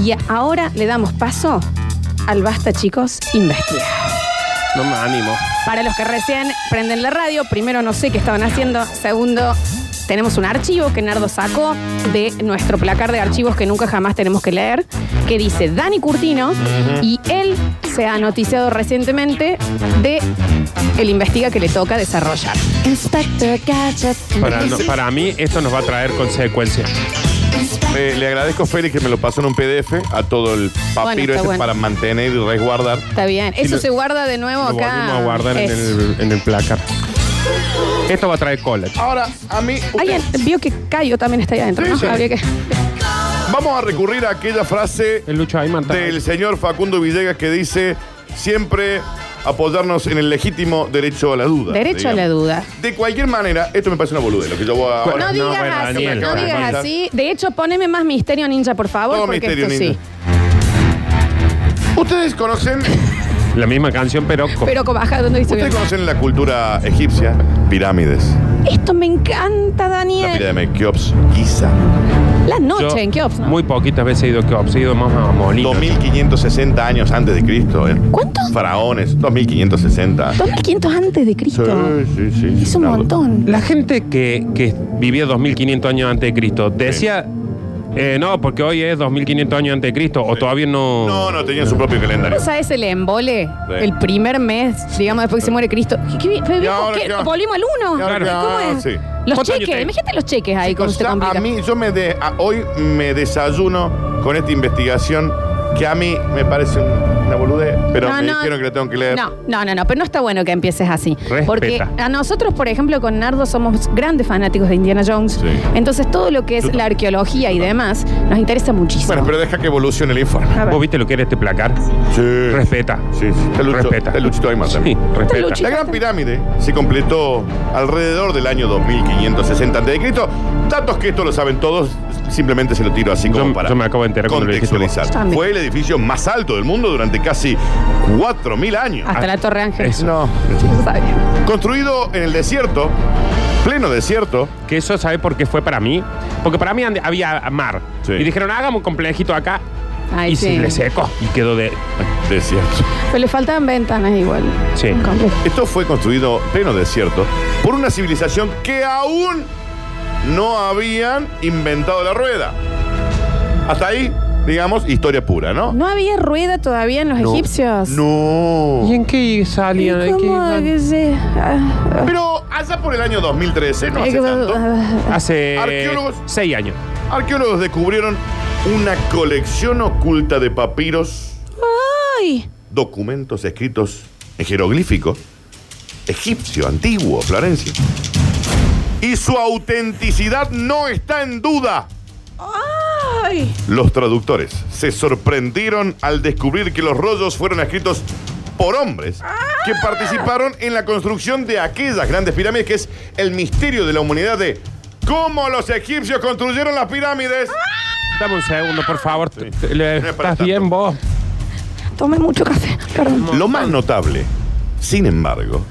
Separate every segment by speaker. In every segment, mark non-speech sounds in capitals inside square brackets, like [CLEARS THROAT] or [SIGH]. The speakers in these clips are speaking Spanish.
Speaker 1: Y ahora le damos paso al Basta, chicos, investiga.
Speaker 2: No me animo.
Speaker 1: Para los que recién prenden la radio, primero no sé qué estaban haciendo, segundo tenemos un archivo que Nardo sacó de nuestro placar de archivos que nunca jamás tenemos que leer, que dice Dani Curtino y él se ha noticiado recientemente de el investiga que le toca desarrollar.
Speaker 3: Inspector Gadget.
Speaker 2: Para,
Speaker 1: [LAUGHS]
Speaker 2: no- para mí, esto nos va a traer consecuencias.
Speaker 4: Eh, le agradezco a Félix que me lo pasó en un PDF a todo el
Speaker 1: Bueno,
Speaker 4: papiro
Speaker 1: está
Speaker 4: ese
Speaker 1: bueno.
Speaker 4: para mantener y resguardar.
Speaker 1: Está bien.
Speaker 2: Sí,
Speaker 1: Eso
Speaker 2: lo-
Speaker 1: se guarda de nuevo
Speaker 2: Lo
Speaker 1: acá.
Speaker 2: volvimos a guardar en
Speaker 1: Es-
Speaker 2: el, en el placar. Esto va a traer cola. chicos.
Speaker 4: Ahora, a mí. eh,
Speaker 1: Alguien vio que Cayo también está ahí adentro,
Speaker 4: Sí,
Speaker 1: ¿no?
Speaker 4: sí.
Speaker 1: Habría que.
Speaker 4: Vamos a recurrir a aquella frase
Speaker 2: El Lucho Ayman está-
Speaker 4: del señor Facundo Villegas que dice siempre apoyarnos en el legítimo derecho a la duda.
Speaker 1: Derecho a la duda.
Speaker 4: De cualquier manera, esto me parece una boludez, lo que yo voy a...
Speaker 2: Bueno,
Speaker 1: No
Speaker 2: no,
Speaker 1: digas
Speaker 2: bueno,
Speaker 1: así,
Speaker 2: Daniel,
Speaker 1: no
Speaker 2: bueno,
Speaker 1: digas
Speaker 4: bueno.
Speaker 1: así. De hecho, poneme más misterio ninja, por favor,
Speaker 4: Todo
Speaker 1: porque
Speaker 4: misterio,
Speaker 1: esto
Speaker 4: ninja.
Speaker 1: sí.
Speaker 4: Ustedes
Speaker 1: [LAUGHS]
Speaker 4: conocen,
Speaker 2: La misma canción, pero con-
Speaker 1: Pero cobaja, ¿dónde dice
Speaker 4: ustedes
Speaker 1: bien?
Speaker 4: conocen la cultura egipcia, pirámides,
Speaker 1: Esto me encanta,
Speaker 4: la
Speaker 1: Daniel.
Speaker 4: pirámide de Keops, Giza,
Speaker 1: La noche
Speaker 2: yo
Speaker 1: en Keops, ¿no?
Speaker 2: Muy poquitas veces he ido a Keops, he ido más a Molino.
Speaker 4: 2560 años antes de Cristo. ¿eh?
Speaker 1: ¿Cuánto?
Speaker 4: Faraones, 2560.
Speaker 1: 2500 antes de Cristo.
Speaker 4: sí, sí.
Speaker 1: Es un
Speaker 4: Claro.
Speaker 1: montón.
Speaker 2: La gente que, que vivía 2500 años antes de Cristo decía, eh, no, porque hoy es 2500 años antes de Cristo, o todavía no...
Speaker 4: No, no, tenían su propio calendario.
Speaker 1: ¿Sabes el embole? El primer mes, digamos, después que se muere Cristo. ¿Qué, qué- qué-
Speaker 4: ¿Y ahora
Speaker 1: qué-
Speaker 4: qué?
Speaker 1: volvimos al uno?
Speaker 4: ¿Y ahora qué? Ah,
Speaker 1: ¿Cómo es?
Speaker 4: Sí.
Speaker 1: Los
Speaker 2: ¿Cuántos años
Speaker 1: cheques,
Speaker 2: tenés?
Speaker 1: imagínate los cheques ahí, cómo
Speaker 4: O
Speaker 1: se
Speaker 4: sea,
Speaker 1: complica.
Speaker 4: a mí, yo me de- a- hoy me desayuno con esta investigación que a mí me parece un- una boludez, pero me dijeron que la tengo que leer.
Speaker 1: No, no, no, no, pero no está bueno que empieces así.
Speaker 2: Respeta.
Speaker 1: Porque a nosotros, por ejemplo, con Nardo somos grandes fanáticos de Indiana Jones.
Speaker 4: Sí.
Speaker 1: Entonces todo lo que es
Speaker 4: Yo
Speaker 1: la arqueología y demás nos interesa muchísimo.
Speaker 4: Bueno, pero deja que evolucione el informe.
Speaker 1: A ver.
Speaker 2: ¿Vos viste lo que era este placar?
Speaker 4: Sí.
Speaker 2: Respeta.
Speaker 4: Sí, sí. Está Lucho-
Speaker 2: Respeta.
Speaker 4: está Luchito Ayman
Speaker 2: Sí,
Speaker 4: también.
Speaker 2: respeta.
Speaker 1: Este Luchito.
Speaker 4: La Gran Pirámide se completó alrededor del año 2560 a.C. Datos que esto lo saben todos, simplemente se lo tiro así como
Speaker 2: Yo-
Speaker 4: para
Speaker 2: yo me acabo de enterar cuando lo dijiste
Speaker 4: contextualizar.
Speaker 1: vos. También.
Speaker 4: Fue el edificio más alto del mundo durante casi 4.000 años.
Speaker 1: Hasta la Torre Ángel. [LAUGHS]
Speaker 2: Eso.
Speaker 4: No.
Speaker 1: Sí, yo sabía.
Speaker 4: Construido en el desierto, pleno desierto,
Speaker 2: Que eso, ¿sabe por qué fue para mí? Porque para mí ande- había mar.
Speaker 4: Sí.
Speaker 2: Y dijeron, hagamos un complejito acá.
Speaker 1: Ay,
Speaker 2: y
Speaker 1: sí.
Speaker 2: se le secó. Y quedó de...
Speaker 4: desierto.
Speaker 1: Pero le faltaban ventanas igual.
Speaker 2: Sí.
Speaker 1: Un complejo.
Speaker 4: Esto fue construido pleno desierto por una civilización que aún no habían inventado la rueda. Hasta ahí, digamos, historia pura, ¿no?
Speaker 1: ¿No había rueda todavía en los egipcios?
Speaker 4: No.
Speaker 2: ¿Y en qué
Speaker 1: ¿Y
Speaker 2: salían? ¿En qué
Speaker 1: cómo
Speaker 2: iban?
Speaker 1: que se- ah,
Speaker 4: Pero allá por el año 2013, no
Speaker 1: ah,
Speaker 4: hace tanto,
Speaker 1: ah,
Speaker 2: Hace
Speaker 4: Arqueólogos.
Speaker 2: seis años.
Speaker 4: arqueólogos descubrieron una colección oculta de papiros,
Speaker 1: ay.
Speaker 4: documentos escritos en jeroglífico egipcio antiguo, Florencia. Y su autenticidad no está en duda.
Speaker 1: Ay.
Speaker 4: Los traductores se sorprendieron al descubrir que los rollos fueron escritos por hombres que participaron en la construcción de aquellas grandes pirámides, que es el misterio de la humanidad de cómo los egipcios construyeron las pirámides.
Speaker 2: Dame un segundo, por favor. Te- le-
Speaker 4: No es para
Speaker 2: ¿Estás
Speaker 4: tanto.
Speaker 2: bien vos?
Speaker 1: Tomé mucho café. Perdón.
Speaker 4: Lo más notable, sin embargo,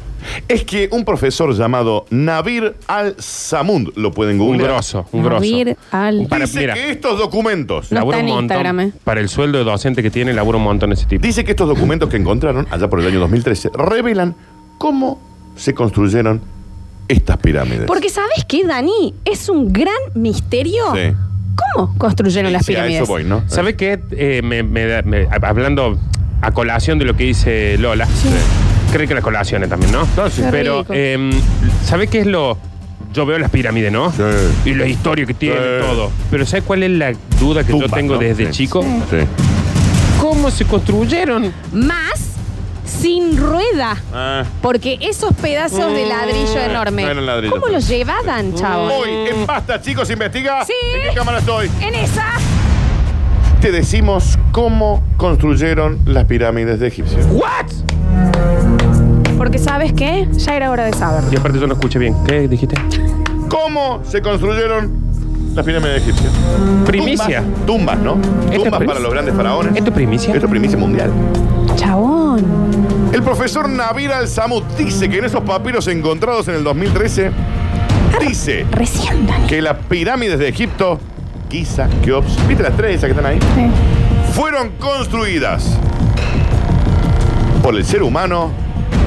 Speaker 4: es que un profesor llamado Nabir al-Samund, lo pueden
Speaker 2: Un
Speaker 4: googlear,
Speaker 2: grosso, un grosso.
Speaker 1: Nabir al-
Speaker 2: Para,
Speaker 4: dice
Speaker 2: mira,
Speaker 4: que estos documentos,
Speaker 1: No
Speaker 2: labura
Speaker 1: está en
Speaker 2: un montón.
Speaker 1: Instagram, eh.
Speaker 2: Para el sueldo de docente que tiene, labura un montón ese tipo.
Speaker 4: dice que estos documentos que encontraron allá por el año 2013 revelan cómo se construyeron estas pirámides.
Speaker 1: Porque ¿sabes qué, Dani? Es un gran misterio.
Speaker 4: Sí.
Speaker 1: ¿Cómo construyeron las
Speaker 4: Sí, a
Speaker 1: pirámides?
Speaker 4: eso voy, ¿no?
Speaker 2: ¿Sabe qué? Eh, me- me da- me- a- hablando a colación de lo que dice Lola, eh, cree que las colaciones también, ¿no?
Speaker 1: Qué
Speaker 2: Pero,
Speaker 1: rico.
Speaker 2: eh, ¿sabe qué es lo...? Yo veo las pirámides, ¿no?
Speaker 4: Sí.
Speaker 2: Y la historia que tiene,
Speaker 4: Sí.
Speaker 2: todo. Pero ¿sabe cuál es la duda que yo
Speaker 4: Tumbas,
Speaker 2: tengo
Speaker 4: ¿no?
Speaker 2: desde
Speaker 4: Sí.
Speaker 2: chico?
Speaker 4: Sí.
Speaker 2: ¿Cómo se construyeron?
Speaker 1: Más sin rueda. Porque esos pedazos de ladrillo enorme.
Speaker 4: Mm. no eran ladrillos. pues.
Speaker 1: ¿Cómo los llevaban, chavo?
Speaker 4: Hoy, en Basta, chicos, investiga.
Speaker 1: eh. Sí.
Speaker 4: ¿En qué cámara estoy?
Speaker 1: En esa.
Speaker 4: Te decimos cómo construyeron las pirámides de Egipcio.
Speaker 2: ¿What?
Speaker 1: Porque ¿sabes qué? Ya era hora de saberlo.
Speaker 2: Y aparte yo no escuché bien. ¿Qué dijiste?
Speaker 4: ¿Cómo se construyeron las pirámides de Egipcio?
Speaker 2: Primicia.
Speaker 4: Tumbas, tumbas, ¿no?
Speaker 2: es
Speaker 4: Tumbas para
Speaker 2: primicia.
Speaker 4: los grandes faraones.
Speaker 2: ¿Esto es primicia?
Speaker 4: Esto es primicia mundial.
Speaker 1: Chabón.
Speaker 4: El profesor Nabir al-Samud dice que en esos papiros encontrados en el 2013, dice
Speaker 1: Recién, Dani.
Speaker 4: que las pirámides de Egipto, Giza, Keops, ¿viste las tres esas que están ahí? fueron construidas por el ser humano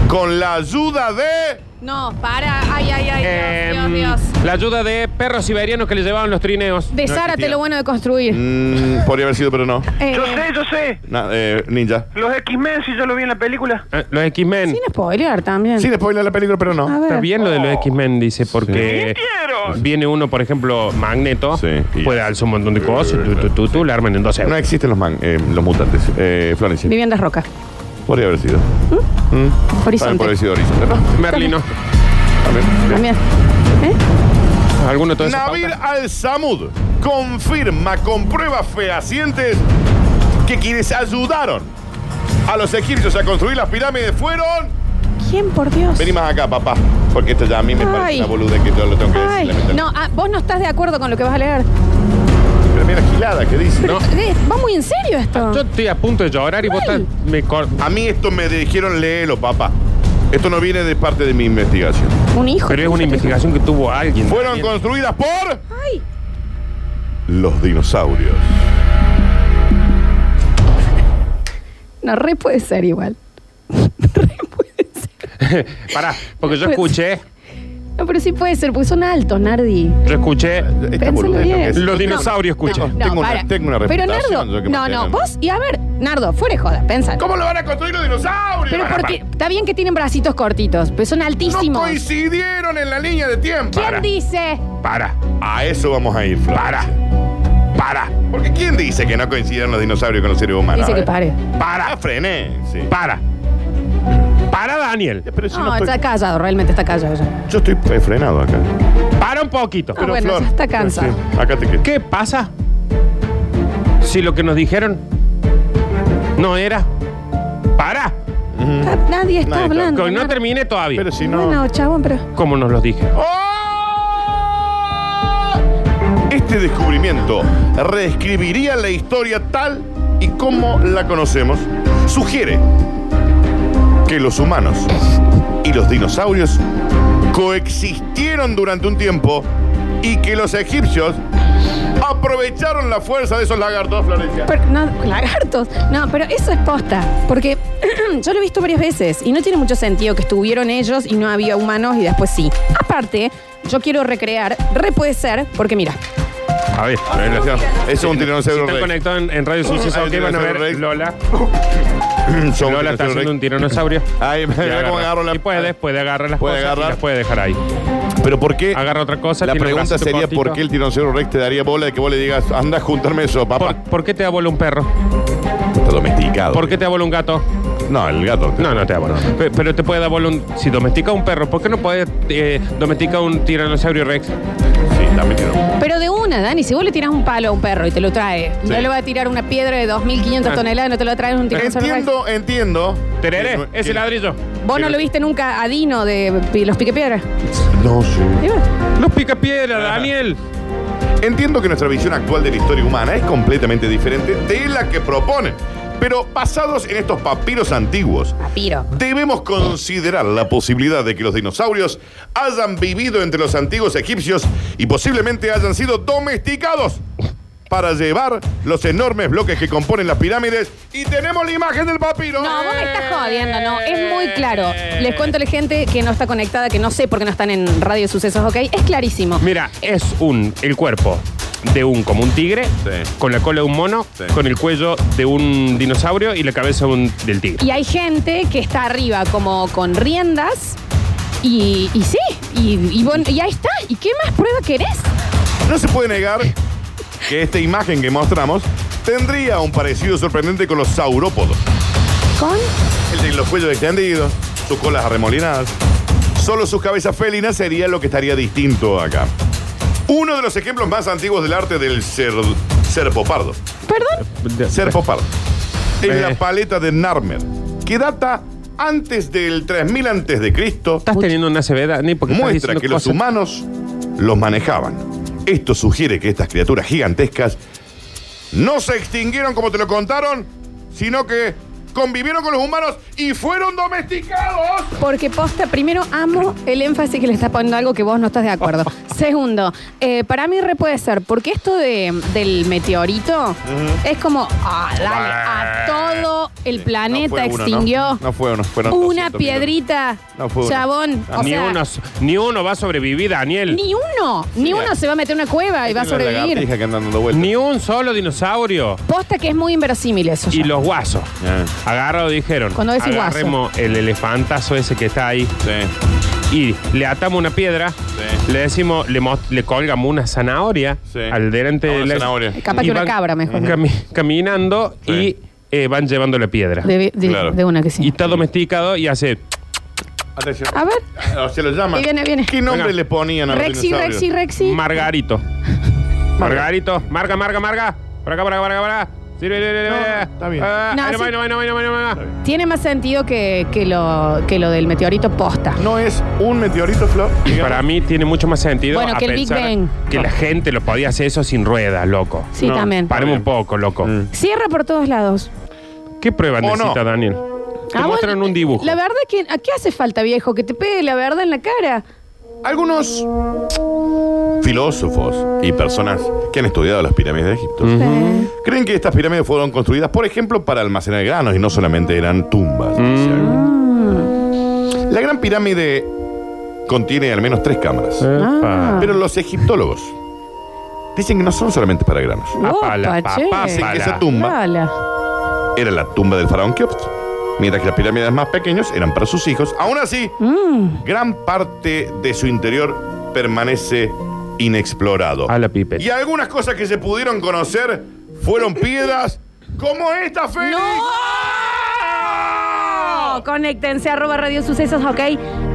Speaker 4: con la ayuda de...
Speaker 1: No, para. Ay, ay, ay. Dios,
Speaker 2: Em,
Speaker 1: Dios, Dios.
Speaker 2: La ayuda de perros siberianos que le llevaban los trineos.
Speaker 1: De Zárate
Speaker 4: existía.
Speaker 1: lo bueno de construir.
Speaker 4: Mm, podría haber sido, pero no.
Speaker 1: Eh,
Speaker 5: Yo sé, yo sé.
Speaker 4: Na- eh, ninja.
Speaker 5: Los X-Men, si yo lo vi en la película.
Speaker 2: Eh, Los X-Men.
Speaker 1: sin spoiler también.
Speaker 4: Sin spoiler la película, pero
Speaker 1: A
Speaker 4: no.
Speaker 1: ver.
Speaker 2: Está bien lo de los X-Men, dice, porque
Speaker 5: ¡Mintieron!
Speaker 2: viene uno, por ejemplo, Magneto,
Speaker 4: Sí, y-
Speaker 2: puede darse un montón de cosas, tú, tú, tú, tú, le arman en dos
Speaker 4: No
Speaker 2: segundos.
Speaker 4: existen los, man- eh, los mutantes. Eh, Florencia.
Speaker 1: Viviendas Roca.
Speaker 4: Podría haber sido. Mm. También
Speaker 1: Horizonte.
Speaker 4: podría haber sido Horizonte, ¿no? [LAUGHS]
Speaker 2: Merlino,
Speaker 4: También.
Speaker 1: También.
Speaker 2: alguno de todos esos
Speaker 4: Nabil
Speaker 2: pautas?
Speaker 4: Al-Samud confirma con pruebas fehacientes que quienes ayudaron a los egipcios a construir las pirámides fueron.
Speaker 1: ¿Quién, por Dios?
Speaker 4: Vení más acá, papá, porque esto ya a mí me
Speaker 1: Ay.
Speaker 4: parece una boluda que yo lo tengo que decir.
Speaker 1: Ay,
Speaker 4: lamentablemente.
Speaker 1: no, ah, vos no estás de acuerdo con lo que vas a leer.
Speaker 4: Pero mira la gilada que dice.
Speaker 1: Pero,
Speaker 4: No.
Speaker 1: eh, va muy en serio
Speaker 4: Ah,
Speaker 1: esto.
Speaker 2: Yo estoy a punto de llorar y vos
Speaker 1: ¿Cuál?
Speaker 2: estás- me cor-
Speaker 4: A mí esto me dijeron léelo, papá. Esto no viene de parte de mi investigación.
Speaker 1: Un hijo.
Speaker 2: Pero es una investigación que tuvo alguien.
Speaker 4: Fueron
Speaker 2: También.
Speaker 4: construidas por
Speaker 1: Ay,
Speaker 4: los dinosaurios.
Speaker 1: no, re puede ser igual. re puede ser.
Speaker 2: Pará, porque yo
Speaker 1: Pues-
Speaker 2: escuché,
Speaker 1: No, pero sí puede ser, porque son altos, Nardi.
Speaker 2: yo escuché
Speaker 4: Esta
Speaker 1: Pensalo
Speaker 4: boluda es lo que
Speaker 1: bien.
Speaker 4: es.
Speaker 2: los dinosaurios, escuché.
Speaker 4: Tengo una- tengo una
Speaker 1: Pero Nardo,
Speaker 4: reputación, yo que
Speaker 1: no,
Speaker 4: me
Speaker 1: no,
Speaker 4: tengan.
Speaker 1: vos, y a ver, Nardo, fuera de joda, pensa.
Speaker 4: ¿Cómo lo van a construir los dinosaurios?
Speaker 1: Pero
Speaker 4: Para,
Speaker 1: porque está bien que tienen bracitos cortitos, pero son
Speaker 4: para. No
Speaker 1: altísimos.
Speaker 4: coincidieron en la línea de tiempo.
Speaker 1: ¿Quién dice?
Speaker 4: Para. A eso vamos a ir, Para. Para. Porque ¿quién dice que no coinciden los dinosaurios con los seres humanos?
Speaker 1: Dice
Speaker 4: A
Speaker 1: que
Speaker 4: ver.
Speaker 1: pare.
Speaker 4: Para, frené. Sí.
Speaker 2: Para. Para, Daniel.
Speaker 4: Pero si
Speaker 1: No,
Speaker 4: no estoy-
Speaker 1: está callado, realmente está callado ya. Ah,
Speaker 4: Yo estoy eh, frenado acá.
Speaker 2: Para un poquito.
Speaker 4: Pero,
Speaker 1: bueno,
Speaker 4: Flor,
Speaker 1: ya está cansado.
Speaker 4: sí, acá te quedas.
Speaker 2: ¿Qué pasa si lo que nos dijeron no era? ¡Para!
Speaker 1: Está- Nadie está
Speaker 4: Nadie está-
Speaker 1: hablando.
Speaker 2: Que no
Speaker 1: Nardo.
Speaker 2: terminé todavía.
Speaker 4: Pero si no.
Speaker 1: Bueno, chabón, pero.
Speaker 2: Como nos lo dije.
Speaker 4: ¡Oh! Este descubrimiento reescribiría la historia tal y como la conocemos. Sugiere que los humanos y los dinosaurios coexistieron durante un tiempo y que los egipcios aprovecharon la fuerza de esos lagartos, Florencia.
Speaker 1: Pero, no, lagartos. No, pero eso es posta. Porque [CLEARS THROAT] yo lo he visto varias veces y no tiene mucho sentido que estuvieron ellos y no había humanos y después sí. Aparte, yo quiero recrear, re puede ser, porque mira,
Speaker 2: A ver.
Speaker 4: Florencia, Eso es un
Speaker 2: Si
Speaker 4: tiranosaurio
Speaker 2: están
Speaker 4: rex.
Speaker 2: conectados en, en Radio Suceso,
Speaker 4: Ahí
Speaker 2: ok, van a
Speaker 4: tiene
Speaker 2: ver
Speaker 4: Rex.
Speaker 2: Lola.
Speaker 4: [LAUGHS] Son
Speaker 2: Lola está
Speaker 4: tiranosaurios
Speaker 2: haciendo un
Speaker 4: rex.
Speaker 2: tiranosaurio.
Speaker 4: [LAUGHS]
Speaker 2: [LAUGHS]
Speaker 4: Ay,
Speaker 2: Y,
Speaker 4: mira cómo
Speaker 2: agarra.
Speaker 4: agarro la...
Speaker 2: Y
Speaker 4: [LAUGHS]
Speaker 2: puede, puede agarrar las
Speaker 4: Puede
Speaker 2: cosas y
Speaker 4: agarrar.
Speaker 2: las puede dejar ahí.
Speaker 4: [LAUGHS] Pero ¿por qué?
Speaker 2: Agarra otra cosa.
Speaker 4: La
Speaker 2: tiene un
Speaker 4: pregunta
Speaker 2: bracito
Speaker 4: sería
Speaker 2: cortito.
Speaker 4: por qué el tiranosaurio rex te daría bola de que vos le digas, anda a juntarme eso, papá.
Speaker 2: ¿Por, por qué te abola un perro?
Speaker 4: Está domesticado.
Speaker 2: ¿Por qué te abola un gato?
Speaker 4: No, el gato.
Speaker 2: No, no te abola. Pe- Pero te puede abola un... Si domestica un perro, ¿por qué no puede eh, domesticar un tiranosaurio rex?
Speaker 4: Sí, también tiene.
Speaker 1: pero de una, Dani, si vos le tirás un palo a un perro y te lo trae,
Speaker 4: Sí.
Speaker 1: no le va a tirar una piedra de 2.500
Speaker 2: Ah.
Speaker 1: toneladas, no te lo traes un tiranosaurio. rex.
Speaker 4: Entiendo, entiendo.
Speaker 2: Tereré, ese ladrillo.
Speaker 1: Vos no lo viste nunca a Dino de Pi- los Piquepiedras.
Speaker 4: No sé.
Speaker 2: Los pica piedra, Daniel.
Speaker 4: Entiendo que nuestra visión actual de la historia humana es completamente diferente de la que proponen. Pero basados en estos papiros antiguos,
Speaker 1: Papiro.
Speaker 4: debemos considerar la posibilidad de que los dinosaurios hayan vivido entre los antiguos egipcios y posiblemente hayan sido domesticados para llevar los enormes bloques que componen las pirámides. Y tenemos la imagen del papiro. Eh,
Speaker 1: No, vos me estás jodiendo, no. Es muy claro. Les cuento a la gente que no está conectada, que no sé por qué no están en Radio Sucesos, ¿ok? Es clarísimo.
Speaker 2: Mira, es un el cuerpo de un como un tigre,
Speaker 4: Sí.
Speaker 2: con la cola de un mono,
Speaker 4: Sí.
Speaker 2: con el cuello de un dinosaurio y la cabeza de un- del tigre.
Speaker 1: Y hay gente que está arriba como con riendas y, y sí, y, y, bon- y ahí está. ¿Y qué más prueba querés?
Speaker 4: No se puede negar que esta imagen que mostramos tendría un parecido sorprendente con los saurópodos.
Speaker 1: Con
Speaker 4: El de los cuellos extendidos, sus colas arremolinadas. Solo sus cabezas felinas sería lo que estaría distinto acá. Uno de los ejemplos más antiguos del arte del ser, serpopardo.
Speaker 1: Perdón,
Speaker 4: Serpopardo. Es
Speaker 2: Eh.
Speaker 4: la paleta de Narmer, que data antes del 3000 antes de Cristo
Speaker 2: Estás teniendo una severa, ni porque estás
Speaker 4: muestra
Speaker 2: diciendo
Speaker 4: que los
Speaker 2: cosas-
Speaker 4: humanos los manejaban. Esto sugiere que estas criaturas gigantescas no se extinguieron como te lo contaron, sino que convivieron con los humanos y fueron domesticados.
Speaker 1: Porque posta, primero amo el énfasis que le estás poniendo a algo que vos no estás de
Speaker 4: [LAUGHS]
Speaker 1: acuerdo. Segundo, eh, para mí re puede ser, porque esto de, del meteorito es como, ah, dale, a todo el
Speaker 4: No
Speaker 1: planeta
Speaker 4: fue uno, ¿no?
Speaker 1: expiedrita
Speaker 4: No, fue uno, fueron
Speaker 1: una
Speaker 4: 200 millones.
Speaker 1: piedrita,
Speaker 4: No fue uno. Ah,
Speaker 1: chabón. O
Speaker 2: Ni,
Speaker 1: sea,
Speaker 2: uno, ni uno va a sobrevivir, Daniel.
Speaker 1: ni uno, ni uno se va a meter en una cueva y va a
Speaker 4: Es una
Speaker 1: sobrevivir.
Speaker 4: lagartija que andan dando vueltas.
Speaker 2: Ni un solo dinosaurio.
Speaker 1: Posta que es muy inverosímil eso.
Speaker 2: Y
Speaker 1: ya.
Speaker 2: los guasos.
Speaker 4: Ah,
Speaker 2: Agarrado dijeron.
Speaker 1: Cuando decís guaso.
Speaker 2: agarremos el elefantazo ese que está ahí
Speaker 4: Sí.
Speaker 2: y le atamos una piedra.
Speaker 4: Sí.
Speaker 2: Le decimos, le, mos- le colgamos una zanahoria
Speaker 4: Sí.
Speaker 2: al delante
Speaker 4: A una
Speaker 2: de la
Speaker 4: zanahoria.
Speaker 1: Eh, Capaz
Speaker 2: y
Speaker 1: que una
Speaker 2: van
Speaker 1: cabra mejor.
Speaker 2: cami- caminando
Speaker 4: Sí.
Speaker 2: y eh, van llevando la piedra.
Speaker 1: De, de-
Speaker 4: Claro.
Speaker 1: de una que sí.
Speaker 2: Y está domesticado y hace.
Speaker 4: Atención.
Speaker 1: A ver,
Speaker 4: Ah, Se lo llama.
Speaker 1: Y viene, viene.
Speaker 4: ¿Qué nombre
Speaker 2: Venga.
Speaker 4: le ponían a los
Speaker 1: Rexy,
Speaker 4: dinosaurios?
Speaker 1: Rexy, Rexy. [LAUGHS]
Speaker 2: Margarito. Margarito. Marga, marga, marga. Por acá, por acá, por acá, por acá. Sí, ve, ve, ve,
Speaker 4: No,
Speaker 2: ve.
Speaker 4: no, está bien.
Speaker 2: Ah,
Speaker 1: No,
Speaker 2: ahí no
Speaker 1: sí.
Speaker 2: va, ahí no va, ahí no va, ahí no va, ahí no va.
Speaker 1: Tiene más sentido que, que lo, que lo del meteorito posta.
Speaker 4: No es un meteorito, Flor. digamos.
Speaker 2: Para mí tiene mucho más sentido
Speaker 1: Bueno,
Speaker 2: a
Speaker 1: que el Big
Speaker 2: pensar
Speaker 1: Bang.
Speaker 2: que la gente lo podía hacer eso sin ruedas, loco.
Speaker 1: Sí,
Speaker 4: No,
Speaker 1: también.
Speaker 4: para-
Speaker 2: Paremos un poco, loco.
Speaker 4: Mm.
Speaker 1: Cierra por todos lados.
Speaker 2: ¿Qué prueba
Speaker 4: ¿O
Speaker 2: necesita,
Speaker 4: no?
Speaker 2: Daniel? Te
Speaker 1: Ah,
Speaker 2: muestran
Speaker 1: bueno,
Speaker 2: un dibujo.
Speaker 1: La verdad que, ¿a qué hace falta, viejo? Que te pegue la verdad en la cara.
Speaker 4: Algunos filósofos y personas que han estudiado las pirámides de Egipto
Speaker 1: Eh,
Speaker 4: creen que estas pirámides fueron construidas, por ejemplo, para almacenar granos y no solamente eran tumbas. dice algo. La gran pirámide contiene al menos tres cámaras,
Speaker 2: Epa.
Speaker 1: Ah.
Speaker 4: pero los egiptólogos dicen que no son solamente para granos.
Speaker 2: Apa, la,
Speaker 1: Ah, Opa,
Speaker 2: pa,
Speaker 1: che.
Speaker 2: pa,
Speaker 1: Dicen
Speaker 2: pa,
Speaker 4: que
Speaker 2: la.
Speaker 4: esa tu- Tumba.
Speaker 1: ala.
Speaker 4: Era la tumba del faraón Keops, mientras que las pirámides más pequeñas eran para sus hijos. Aún así,
Speaker 1: Mm.
Speaker 4: gran parte de su interior permanece inexplorado.
Speaker 2: A la pipeta.
Speaker 4: Y algunas cosas que se pudieron conocer fueron piedras como esta, Félix.
Speaker 1: No, Oh, conéctense, arroba Radio Sucesos, ok.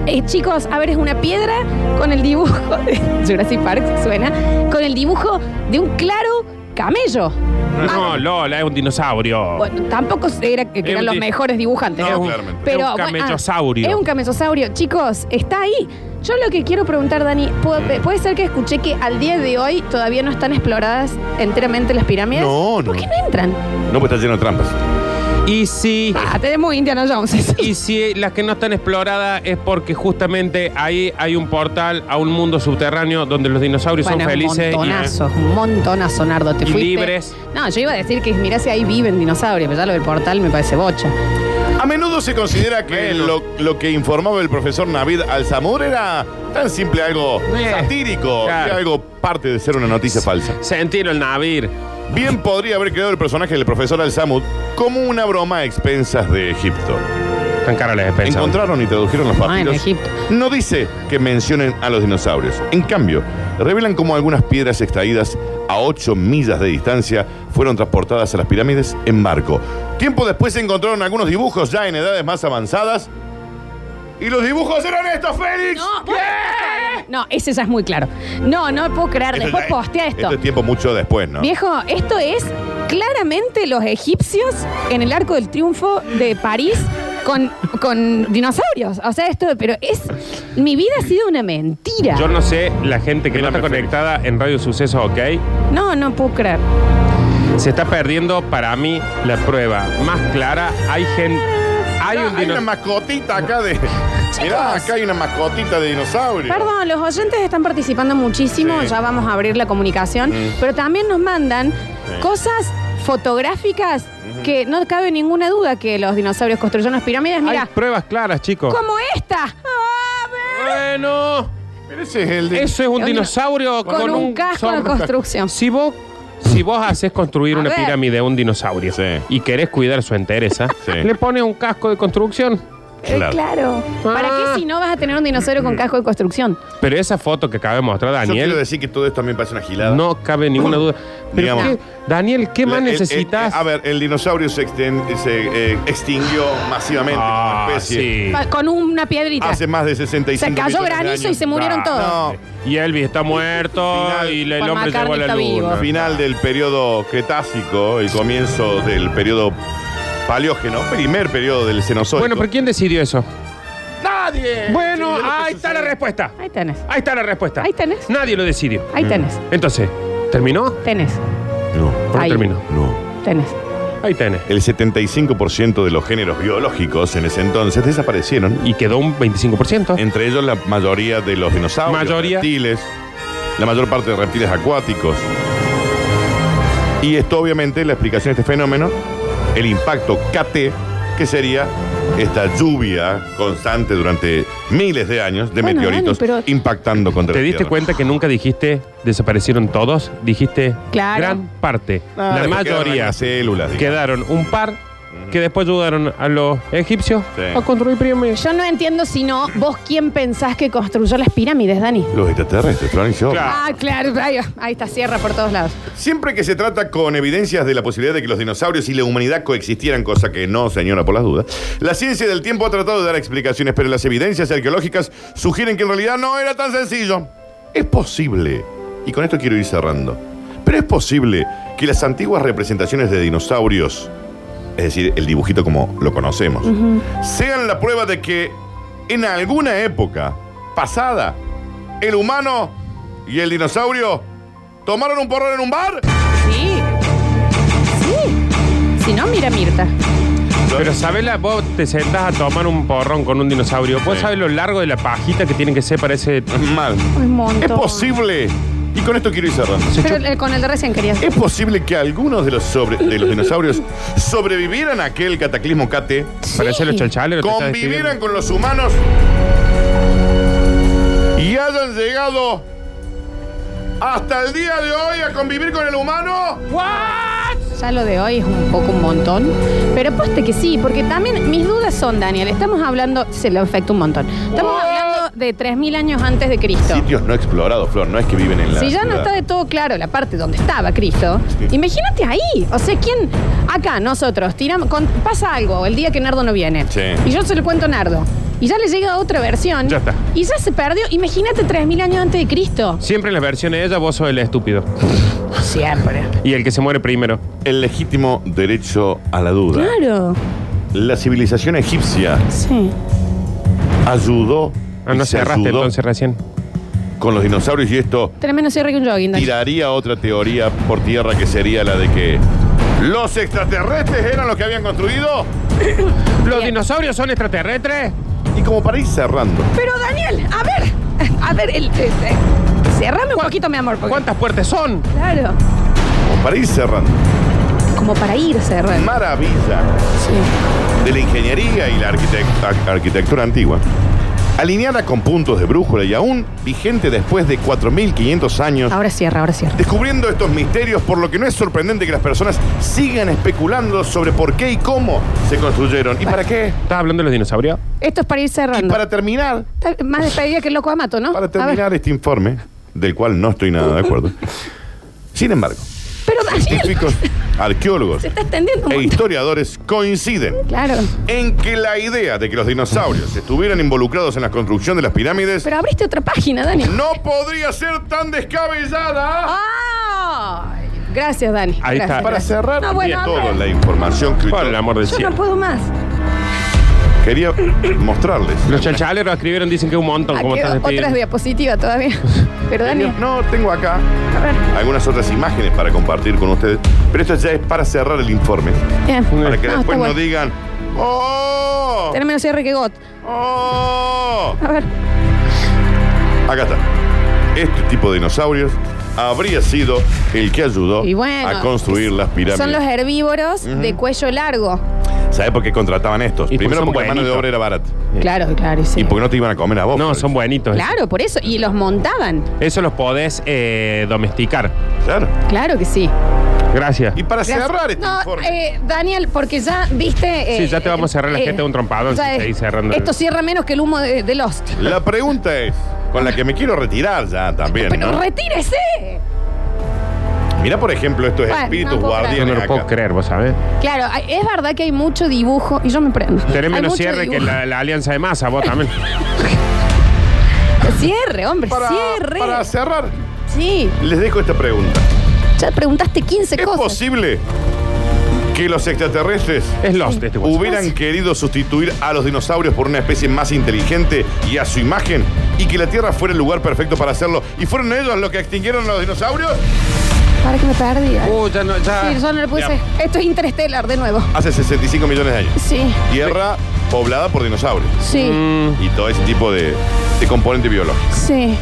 Speaker 1: Eh, chicos, a ver, es una piedra con el dibujo de [LAUGHS] Jurassic Park, suena, con el dibujo de un claro camello.
Speaker 2: No, Lola, es un dinosaurio.
Speaker 1: Bueno, tampoco era que, que
Speaker 2: Oh. Es
Speaker 1: eran
Speaker 2: un
Speaker 1: los
Speaker 2: di-
Speaker 1: mejores dibujantes.
Speaker 4: No,
Speaker 1: ¿no?
Speaker 4: claramente.
Speaker 1: Pero,
Speaker 2: Es un
Speaker 1: bueno, ah,
Speaker 2: camellosaurio.
Speaker 1: es un camellosaurio. Chicos, está ahí. Yo lo que quiero preguntar, Dani, ¿puedo- pe- ¿puede ser que escuché que al día de hoy todavía no están exploradas enteramente las pirámides?
Speaker 4: No, no.
Speaker 1: ¿Por qué no entran?
Speaker 4: No, pues está lleno de trampas.
Speaker 2: Y si.
Speaker 1: Ah, tenemos Indiana Jones. [LAUGHS]
Speaker 2: Y si las que no están exploradas es porque justamente ahí hay un portal a un mundo subterráneo donde los dinosaurios
Speaker 1: Bueno,
Speaker 2: son felices.
Speaker 1: Un
Speaker 2: y-
Speaker 1: montonazo, un montonazo, Nardo. Te
Speaker 2: Y
Speaker 1: fuiste.
Speaker 2: libres.
Speaker 1: No, yo iba a decir que mirá si ahí viven dinosaurios, pero ya lo del portal me parece bocha.
Speaker 4: A menudo se considera que
Speaker 2: Bueno.
Speaker 4: lo, lo que informaba el profesor Navid Al-Samur era tan simple algo
Speaker 2: Eh,
Speaker 4: satírico
Speaker 2: claro.
Speaker 4: que algo parte de ser una noticia falsa.
Speaker 2: Sentir el navir.
Speaker 4: Bien podría haber creado el personaje del profesor Al-Samud como una broma a expensas de Egipto.
Speaker 2: Tan cara las expensas.
Speaker 4: Encontraron y tradujeron los
Speaker 1: Ah, en
Speaker 4: papiros.
Speaker 1: Egipto.
Speaker 4: No dice que mencionen a los dinosaurios. En cambio, revelan cómo algunas piedras extraídas a 8 millas de distancia fueron transportadas a las pirámides en barco. Tiempo después se encontraron algunos dibujos ya en edades más avanzadas. Y los dibujos eran estos, Félix.
Speaker 1: No, bueno, no, ese ya es muy claro. No, no puedo creer.
Speaker 4: Esto
Speaker 1: Después
Speaker 4: ya-
Speaker 1: postea esto.
Speaker 4: Esto es tiempo mucho después, ¿no?
Speaker 1: Viejo, esto es claramente los egipcios en el Arco del Triunfo de París con, con dinosaurios. O sea, esto, pero es. Mi vida ha sido una mentira.
Speaker 2: Yo no sé, la gente que no
Speaker 4: Mírame,
Speaker 2: está conectada en Radio Suceso, ok,
Speaker 1: No, no puedo creer.
Speaker 2: se está perdiendo para mí la prueba más clara. Hay gente. Hay
Speaker 4: Mirá,
Speaker 2: un
Speaker 4: hay una
Speaker 2: dinosaurio.
Speaker 4: mascotita acá
Speaker 2: [LAUGHS]
Speaker 4: de. Mirá, acá hay una mascotita de dinosaurio.
Speaker 1: Perdón, los oyentes están participando muchísimo,
Speaker 4: Sí.
Speaker 1: ya vamos a abrir la comunicación, pero también nos mandan cosas fotográficas que no cabe ninguna duda que los dinosaurios construyeron las pirámides.
Speaker 2: Hay
Speaker 1: Mira,
Speaker 2: pruebas claras, chicos.
Speaker 1: como esta. Ah, A ver.
Speaker 2: Bueno,
Speaker 4: Pero ese es el de.
Speaker 2: eso es un
Speaker 1: Con-
Speaker 2: dinosaurio
Speaker 1: Con, un, casco de
Speaker 2: zorro.
Speaker 1: construcción.
Speaker 2: Si vos, si vos haces construir
Speaker 1: A
Speaker 2: una
Speaker 1: ver.
Speaker 2: pirámide a un dinosaurio
Speaker 4: Sí.
Speaker 2: y querés cuidar su entereza,
Speaker 4: Sí.
Speaker 2: le pones un casco de construcción.
Speaker 1: Eh, Claro. ¿Para
Speaker 2: Ah.
Speaker 1: qué si no vas a tener un dinosaurio con casco de construcción?
Speaker 2: Pero esa foto que acaba de mostrar
Speaker 4: Yo quiero
Speaker 2: Daniel,
Speaker 4: decir que todo esto también parece una gilada.
Speaker 2: no cabe ninguna duda. Pero
Speaker 4: Digamos.
Speaker 2: ¿qué- Daniel, ¿qué más
Speaker 4: La- el- el-
Speaker 2: necesitas?
Speaker 4: eh, a ver, el dinosaurio se, exten- se, eh, extinguió masivamente
Speaker 2: Ah,
Speaker 4: como especie.
Speaker 2: sí.
Speaker 1: Pa- Con una piedrita.
Speaker 4: Hace más de 65
Speaker 1: Se cayó
Speaker 4: millones de
Speaker 1: granizo
Speaker 4: años.
Speaker 1: y se murieron
Speaker 2: Ah,
Speaker 1: todos.
Speaker 2: Y Elvis está muerto
Speaker 4: Final.
Speaker 2: y el
Speaker 1: Paul
Speaker 2: hombre llegó a
Speaker 1: McCartney
Speaker 2: la
Speaker 1: está
Speaker 2: luna.
Speaker 1: vivo.
Speaker 4: Final del periodo Cretácico, el comienzo del periodo Paleógeno, primer periodo del Cenozoico.
Speaker 2: Bueno, pero ¿quién decidió eso?
Speaker 4: ¡Nadie!
Speaker 2: Bueno,
Speaker 4: Sí,
Speaker 2: ahí está la
Speaker 4: sucedió.
Speaker 2: respuesta.
Speaker 1: Ahí tenés.
Speaker 2: Ahí está la respuesta.
Speaker 1: Ahí tenés.
Speaker 2: Nadie lo decidió.
Speaker 1: Ahí tenés.
Speaker 2: Entonces, ¿terminó?
Speaker 1: Tenés.
Speaker 4: No,
Speaker 2: ¿O no
Speaker 1: Ahí.
Speaker 2: terminó?
Speaker 4: no.
Speaker 1: Tenés.
Speaker 2: Ahí tenés.
Speaker 4: El 75% de los géneros biológicos en ese entonces desaparecieron,
Speaker 2: Y quedó un 25%.
Speaker 4: entre ellos la mayoría de los dinosaurios,
Speaker 2: Mayoría.
Speaker 4: reptiles, la mayor parte de reptiles acuáticos. Y esto obviamente, la explicación de este fenómeno, el impacto KT, que sería esta lluvia constante durante miles de años de
Speaker 1: Bueno, Dani,
Speaker 4: meteoritos
Speaker 1: pero-
Speaker 4: impactando contra
Speaker 2: ¿Te
Speaker 4: la
Speaker 2: diste
Speaker 4: Tierra.
Speaker 2: cuenta que nunca dijiste desaparecieron todos? Dijiste
Speaker 1: Claro.
Speaker 2: gran parte.
Speaker 4: Ah,
Speaker 2: la
Speaker 4: después quedaron
Speaker 2: mayoría.
Speaker 4: algunas células, digamos.
Speaker 2: Quedaron un par que después ayudaron a los egipcios
Speaker 4: Sí.
Speaker 2: a construir pirámides.
Speaker 1: Yo no entiendo si no, vos quién pensás que construyó las pirámides, Dani.
Speaker 4: Los extraterrestres, Florencio.
Speaker 2: Claro.
Speaker 1: Ah, claro, ahí, va. Ahí está sierra por todos lados.
Speaker 4: Siempre que se trata con evidencias de la posibilidad de que los dinosaurios y la humanidad coexistieran, cosa que no, señora, por las dudas, la ciencia del tiempo ha tratado de dar explicaciones, pero las evidencias arqueológicas sugieren que en realidad no era tan sencillo. Es posible, y con esto quiero ir cerrando, pero es posible que las antiguas representaciones de dinosaurios, es decir, el dibujito como lo conocemos, sean la prueba de que en alguna época pasada, el humano y el dinosaurio tomaron un porrón en un bar.
Speaker 1: Sí. Sí. Si no, mira Mirta.
Speaker 2: Pero sabes, la, vos te sentás a tomar un porrón con un dinosaurio. Vos
Speaker 4: Sí.
Speaker 2: sabés lo largo de la pajita que tiene que ser para ese.
Speaker 4: [LAUGHS] Mal.
Speaker 1: Ay, montón.
Speaker 4: Es posible, y con esto quiero ir cerrando.
Speaker 2: Se
Speaker 1: Pero
Speaker 2: chupa-
Speaker 1: eh, con el de recién querías.
Speaker 4: Es posible que algunos de los, sobre- de los dinosaurios sobrevivieran a aquel cataclismo Kate,
Speaker 2: Parece los chalchales. lo que estás
Speaker 4: convivieran
Speaker 2: describiendo.
Speaker 4: con los humanos y hayan llegado hasta el día de hoy a convivir con el humano.
Speaker 1: Ya lo de hoy es un poco un montón. Pero poste que sí, porque también mis dudas son, Daniel, estamos hablando, se le afecta un montón. Estamos hablando de 3.000 años antes de Cristo.
Speaker 4: Sitios no explorados, Flor, no es que viven en la.
Speaker 1: Si ya no
Speaker 4: ciudad.
Speaker 1: está de todo claro la parte donde estaba Cristo,
Speaker 4: Sí.
Speaker 1: imagínate ahí. O sea, ¿quién? Acá, nosotros, tiramos, con- pasa algo el día que Nardo no viene.
Speaker 4: Sí.
Speaker 1: Y yo se lo cuento a Nardo. Y ya le llega otra versión.
Speaker 2: Ya está.
Speaker 1: Y ya se perdió. Imagínate 3.000 años antes de Cristo.
Speaker 2: Siempre en las versiones de ella vos sos el estúpido.
Speaker 1: Siempre.
Speaker 2: Y el que se muere primero.
Speaker 4: El legítimo derecho a la duda.
Speaker 1: Claro.
Speaker 4: La civilización egipcia
Speaker 1: Sí.
Speaker 4: ayudó.
Speaker 2: Ah, no
Speaker 4: y se
Speaker 2: cerraste
Speaker 4: ayudó
Speaker 2: entonces recién.
Speaker 4: Con los dinosaurios y esto
Speaker 1: Tenés menos cierre que un jogging. Dani.
Speaker 4: tiraría otra teoría por tierra que sería la de que los extraterrestres eran los que habían construido.
Speaker 2: ¿Los
Speaker 1: Bien.
Speaker 2: dinosaurios son extraterrestres?
Speaker 4: Y como para ir cerrando,
Speaker 1: Pero Daniel, a ver. A ver, el, el- el- cerrame un poquito, mi amor. porque-
Speaker 2: ¿Cuántas puertas son?
Speaker 1: Claro.
Speaker 4: como para ir cerrando,
Speaker 1: Como para ir cerrando.
Speaker 4: maravilla de la ingeniería y la arquitect- ar- arquitectura antigua, alineada con puntos de brújula y aún vigente después de 4.500 años,
Speaker 1: Ahora cierra, ahora cierra.
Speaker 4: descubriendo estos misterios, por lo que no es sorprendente que las personas sigan especulando sobre por qué y cómo se construyeron. ¿Y para qué?
Speaker 2: ¿Estás hablando de los dinosaurios?
Speaker 1: Esto es para ir
Speaker 4: Y
Speaker 1: cerrando.
Speaker 4: para terminar,
Speaker 1: Está Más despedida que el loco Amato, ¿no?
Speaker 4: Para
Speaker 1: A ver.
Speaker 4: terminar este informe, del cual no estoy nada de acuerdo. Sin embargo,
Speaker 1: Pero Daniel,
Speaker 4: científicos, arqueólogos
Speaker 1: se está extendiendo un
Speaker 4: e
Speaker 1: montón.
Speaker 4: historiadores coinciden
Speaker 1: Claro.
Speaker 4: en que la idea de que los dinosaurios estuvieran involucrados en la construcción de las pirámides
Speaker 1: Pero abriste otra página, Dani.
Speaker 4: no podría ser tan descabellada.
Speaker 1: ¡Ay! Gracias, Dani. Ah,
Speaker 2: Ahí
Speaker 1: Gracias,
Speaker 2: está.
Speaker 4: Para
Speaker 1: gracias.
Speaker 4: cerrar
Speaker 1: Ah. No, bueno,
Speaker 4: bien
Speaker 1: a
Speaker 4: toda
Speaker 1: ver.
Speaker 4: la información que
Speaker 2: Por el amor del
Speaker 1: Yo
Speaker 2: cielo.
Speaker 1: no puedo más.
Speaker 4: quería mostrarles.
Speaker 2: Los chalchaleros escribieron, dicen que un montón.
Speaker 1: Ah,
Speaker 2: como
Speaker 1: quedó
Speaker 2: estás
Speaker 1: otras
Speaker 2: despidiendo.
Speaker 1: diapositivas todavía.
Speaker 4: [LAUGHS]
Speaker 1: Pero Dani,
Speaker 4: No, tengo acá
Speaker 1: a ver.
Speaker 4: algunas otras imágenes para compartir con ustedes, pero esto ya es para cerrar el informe,
Speaker 1: Bien.
Speaker 4: para que
Speaker 1: No, está
Speaker 4: después no
Speaker 1: bueno.
Speaker 4: digan, ¡Oh!
Speaker 1: Tenés menos cierre que Got.
Speaker 4: ¡Oh!
Speaker 1: A ver.
Speaker 4: Acá está. Este tipo de dinosaurios habría sido el que ayudó
Speaker 1: Y bueno,
Speaker 4: a construir las
Speaker 1: Son los
Speaker 4: pirámides.
Speaker 1: herbívoros de cuello largo.
Speaker 4: ¿Sabes por qué contrataban estos?
Speaker 2: Y porque
Speaker 4: Primero
Speaker 2: son
Speaker 4: porque la mano de
Speaker 2: buenitos.
Speaker 4: obra era barata.
Speaker 1: Claro, claro, y sí.
Speaker 4: Y porque no te iban a comer a vos.
Speaker 2: No,
Speaker 4: Florencia.
Speaker 2: son buenitos.
Speaker 1: Claro, por eso. Y los montaban.
Speaker 2: Eso los podés eh, domesticar.
Speaker 4: Claro.
Speaker 1: Claro que sí.
Speaker 2: Gracias.
Speaker 4: Y para
Speaker 1: Gracias.
Speaker 4: cerrar este
Speaker 1: no,
Speaker 4: informe.
Speaker 1: eh, Daniel, porque ya viste. eh,
Speaker 2: Sí, ya te vamos a cerrar la gente de un trompadón,
Speaker 1: ya
Speaker 2: si
Speaker 1: es-
Speaker 2: seguís cerrando.
Speaker 1: Esto cierra menos que el humo de, de Lost.
Speaker 4: La pregunta es, con la que me quiero retirar ya también,
Speaker 1: Pero
Speaker 4: ¿no?
Speaker 1: retírese.
Speaker 4: Mira, por ejemplo, estos
Speaker 1: Bueno,
Speaker 4: espíritus
Speaker 1: no puedo creer.
Speaker 2: Yo
Speaker 4: guardianes
Speaker 2: no lo
Speaker 4: acá.
Speaker 2: puedo creer, vos sabés.
Speaker 1: Claro, hay- es verdad que hay mucho dibujo. Y yo me prendo. Hay
Speaker 2: Tenés menos
Speaker 1: mucho
Speaker 2: cierre que
Speaker 1: dibujo.
Speaker 2: la, la alianza de masa, vos también.
Speaker 1: Cierre, hombre,
Speaker 4: Para,
Speaker 1: cierre.
Speaker 4: para cerrar,
Speaker 1: Sí,
Speaker 4: les dejo esta pregunta.
Speaker 1: ya preguntaste 15
Speaker 4: ¿Es
Speaker 1: cosas.
Speaker 4: posible que los extraterrestres
Speaker 2: Es Lost este guacho.
Speaker 4: hubieran querido sustituir a los dinosaurios por una especie más inteligente y a su imagen y que la Tierra fuera el lugar perfecto para hacerlo y fueron ellos los que extinguieron a los dinosaurios?
Speaker 3: Para que me perdí.
Speaker 2: Uh, ya no, ya.
Speaker 4: ah,
Speaker 1: Sí, yo no lo puse. Esto es interestelar de nuevo.
Speaker 4: Hace 65 millones de años.
Speaker 1: Sí,
Speaker 4: Tierra poblada por dinosaurios
Speaker 1: sí,
Speaker 2: Mm,
Speaker 4: y todo ese tipo de, de componente biológico.
Speaker 1: sí.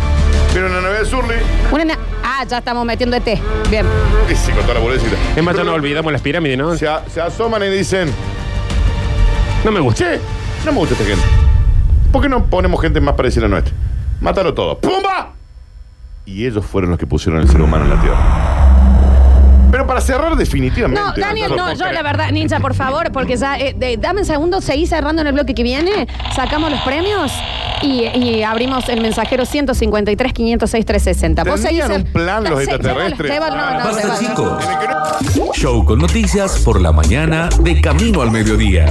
Speaker 4: Pero en la nave de Surly,
Speaker 1: Una na- ah, ya estamos metiendo ET. Bien.
Speaker 4: [LAUGHS] y sí, con toda la boludecita.
Speaker 2: es más, ya no olvidamos las pirámides, ¿no?
Speaker 4: Se, a- se asoman y dicen,
Speaker 2: No me gusta.
Speaker 4: che, no me gusta esta gente. ¿Por qué no ponemos gente más parecida a nuestra? Mátalo todo. ¡Pumba! Y ellos fueron los que pusieron el ser humano en la Tierra. Pero para cerrar definitivamente...
Speaker 1: No, Daniel, no, yo la verdad, ninja, por favor, porque ya, eh, de- dame un segundo, seguí cerrando en el bloque que viene, sacamos los premios y, y abrimos el mensajero 153 506 360. Vos seguís
Speaker 4: ¿Tenían
Speaker 1: cer-
Speaker 4: un plan los
Speaker 1: Sí,
Speaker 4: extraterrestres?
Speaker 1: llévalo, llévalo, no, no,
Speaker 6: Basta,
Speaker 1: llévalo.
Speaker 6: chicos. Show con noticias por la mañana de camino al mediodía.